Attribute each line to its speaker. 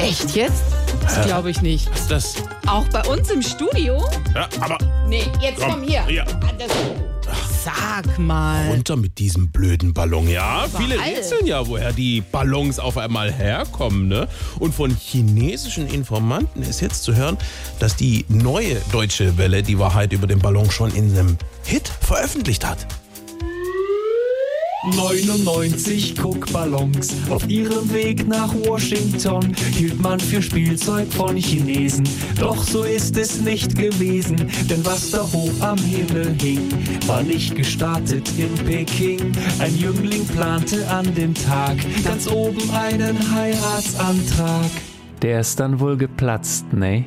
Speaker 1: Echt jetzt? Das glaube ich nicht.
Speaker 2: Was ist das?
Speaker 1: Auch bei uns im Studio?
Speaker 2: Ja, aber
Speaker 1: Nee, jetzt
Speaker 2: Komm,
Speaker 1: komm, hier.
Speaker 2: hier.
Speaker 1: Andersrum. Sag mal.
Speaker 2: runter mit diesem blöden Ballon. Ja, viele
Speaker 1: Überall.
Speaker 2: rätseln ja, woher die Ballons auf einmal herkommen. Ne? Und von chinesischen Informanten ist jetzt zu hören, dass die neue deutsche Welle die Wahrheit über den Ballon schon in einem Hit veröffentlicht hat.
Speaker 3: 99 Cookballons auf ihrem Weg nach Washington hielt man für Spielzeug von Chinesen. Doch so ist es nicht gewesen, denn was da hoch am Himmel hing, war nicht gestartet in Peking. Ein Jüngling plante an dem Tag ganz oben einen Heiratsantrag.
Speaker 4: Der ist dann wohl geplatzt, ne?